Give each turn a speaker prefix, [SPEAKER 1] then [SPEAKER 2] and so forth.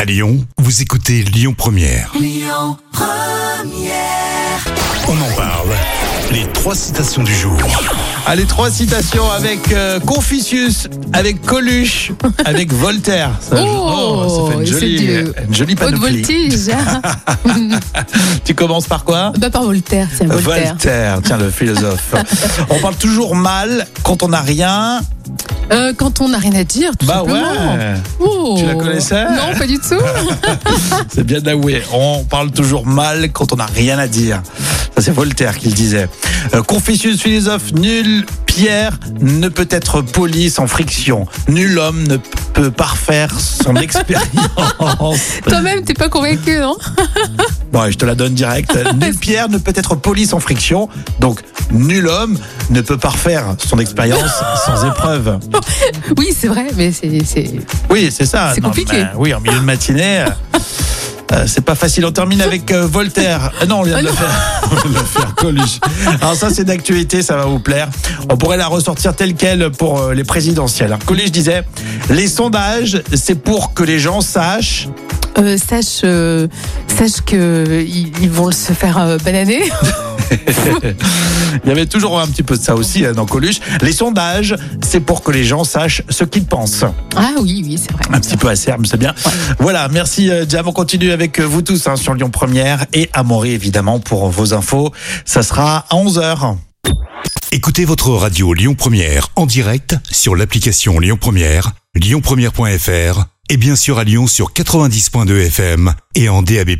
[SPEAKER 1] À Lyon, vous écoutez Lyon Première. On en parle. Les trois citations du jour.
[SPEAKER 2] Allez, trois citations avec euh, Confucius, avec Coluche, avec Voltaire. Ça, je-
[SPEAKER 3] Oh,
[SPEAKER 2] ça fait une
[SPEAKER 3] c'est
[SPEAKER 2] jolie, euh,
[SPEAKER 3] du
[SPEAKER 2] une jolie
[SPEAKER 3] Haute
[SPEAKER 2] panoplie.
[SPEAKER 3] voltige. hein.
[SPEAKER 2] Tu commences par quoi
[SPEAKER 3] bah par Voltaire, c'est Voltaire.
[SPEAKER 2] tiens le philosophe. on parle toujours mal quand on n'a rien.
[SPEAKER 3] Euh, quand on n'a rien à dire, tout
[SPEAKER 2] Bah
[SPEAKER 3] simplement.
[SPEAKER 2] ouais,
[SPEAKER 3] Oh.
[SPEAKER 2] Tu la connaissais
[SPEAKER 3] Non, pas du tout.
[SPEAKER 2] c'est bien avoué. On parle toujours mal quand on n'a rien à dire. Ça c'est Voltaire qui le disait. Euh, Confucius, philosophe, nul pierre ne peut être poli sans friction. Nul homme ne peut parfaire son expérience.
[SPEAKER 3] Toi-même, t'es pas convaincu, non
[SPEAKER 2] Bon, je te la donne direct. Nulle pierre ne peut être polie sans friction. Donc, nul homme ne peut parfaire son expérience sans épreuve.
[SPEAKER 3] Oui, c'est vrai, mais c'est. c'est-
[SPEAKER 2] Oui, c'est ça.
[SPEAKER 3] C'est compliqué.
[SPEAKER 2] mais, oui, en milieu de matinée. euh, euh, c'est pas facile. On termine avec euh, Voltaire. Euh, non, on vient
[SPEAKER 3] Ah
[SPEAKER 2] de le faire. On vient de le faire, Coluche. Alors ça, c'est d'actualité, ça va vous plaire. On pourrait la ressortir telle quelle pour euh, les présidentielles. hein. Coluche disait, les sondages, c'est pour que les gens sachent
[SPEAKER 3] Euh, sache, euh, sache que ils, ils vont se faire euh, bananer.
[SPEAKER 2] Il y avait toujours un petit peu de ça aussi hein, dans Coluche. Les sondages, c'est pour que les gens sachent ce qu'ils pensent.
[SPEAKER 3] Ah oui, oui, c'est vrai.
[SPEAKER 2] Un petit peu acerbe, c'est bien. Voilà, merci euh, Jam. On continue avec euh, vous tous hein, sur Lyon Première et à Amaury évidemment pour vos infos. Ça sera à 11h.
[SPEAKER 1] Écoutez votre radio Lyon Première en direct sur l'application Lyon Première, lyonpremière.fr et bien sûr à Lyon sur 90.2 FM et en DAB+.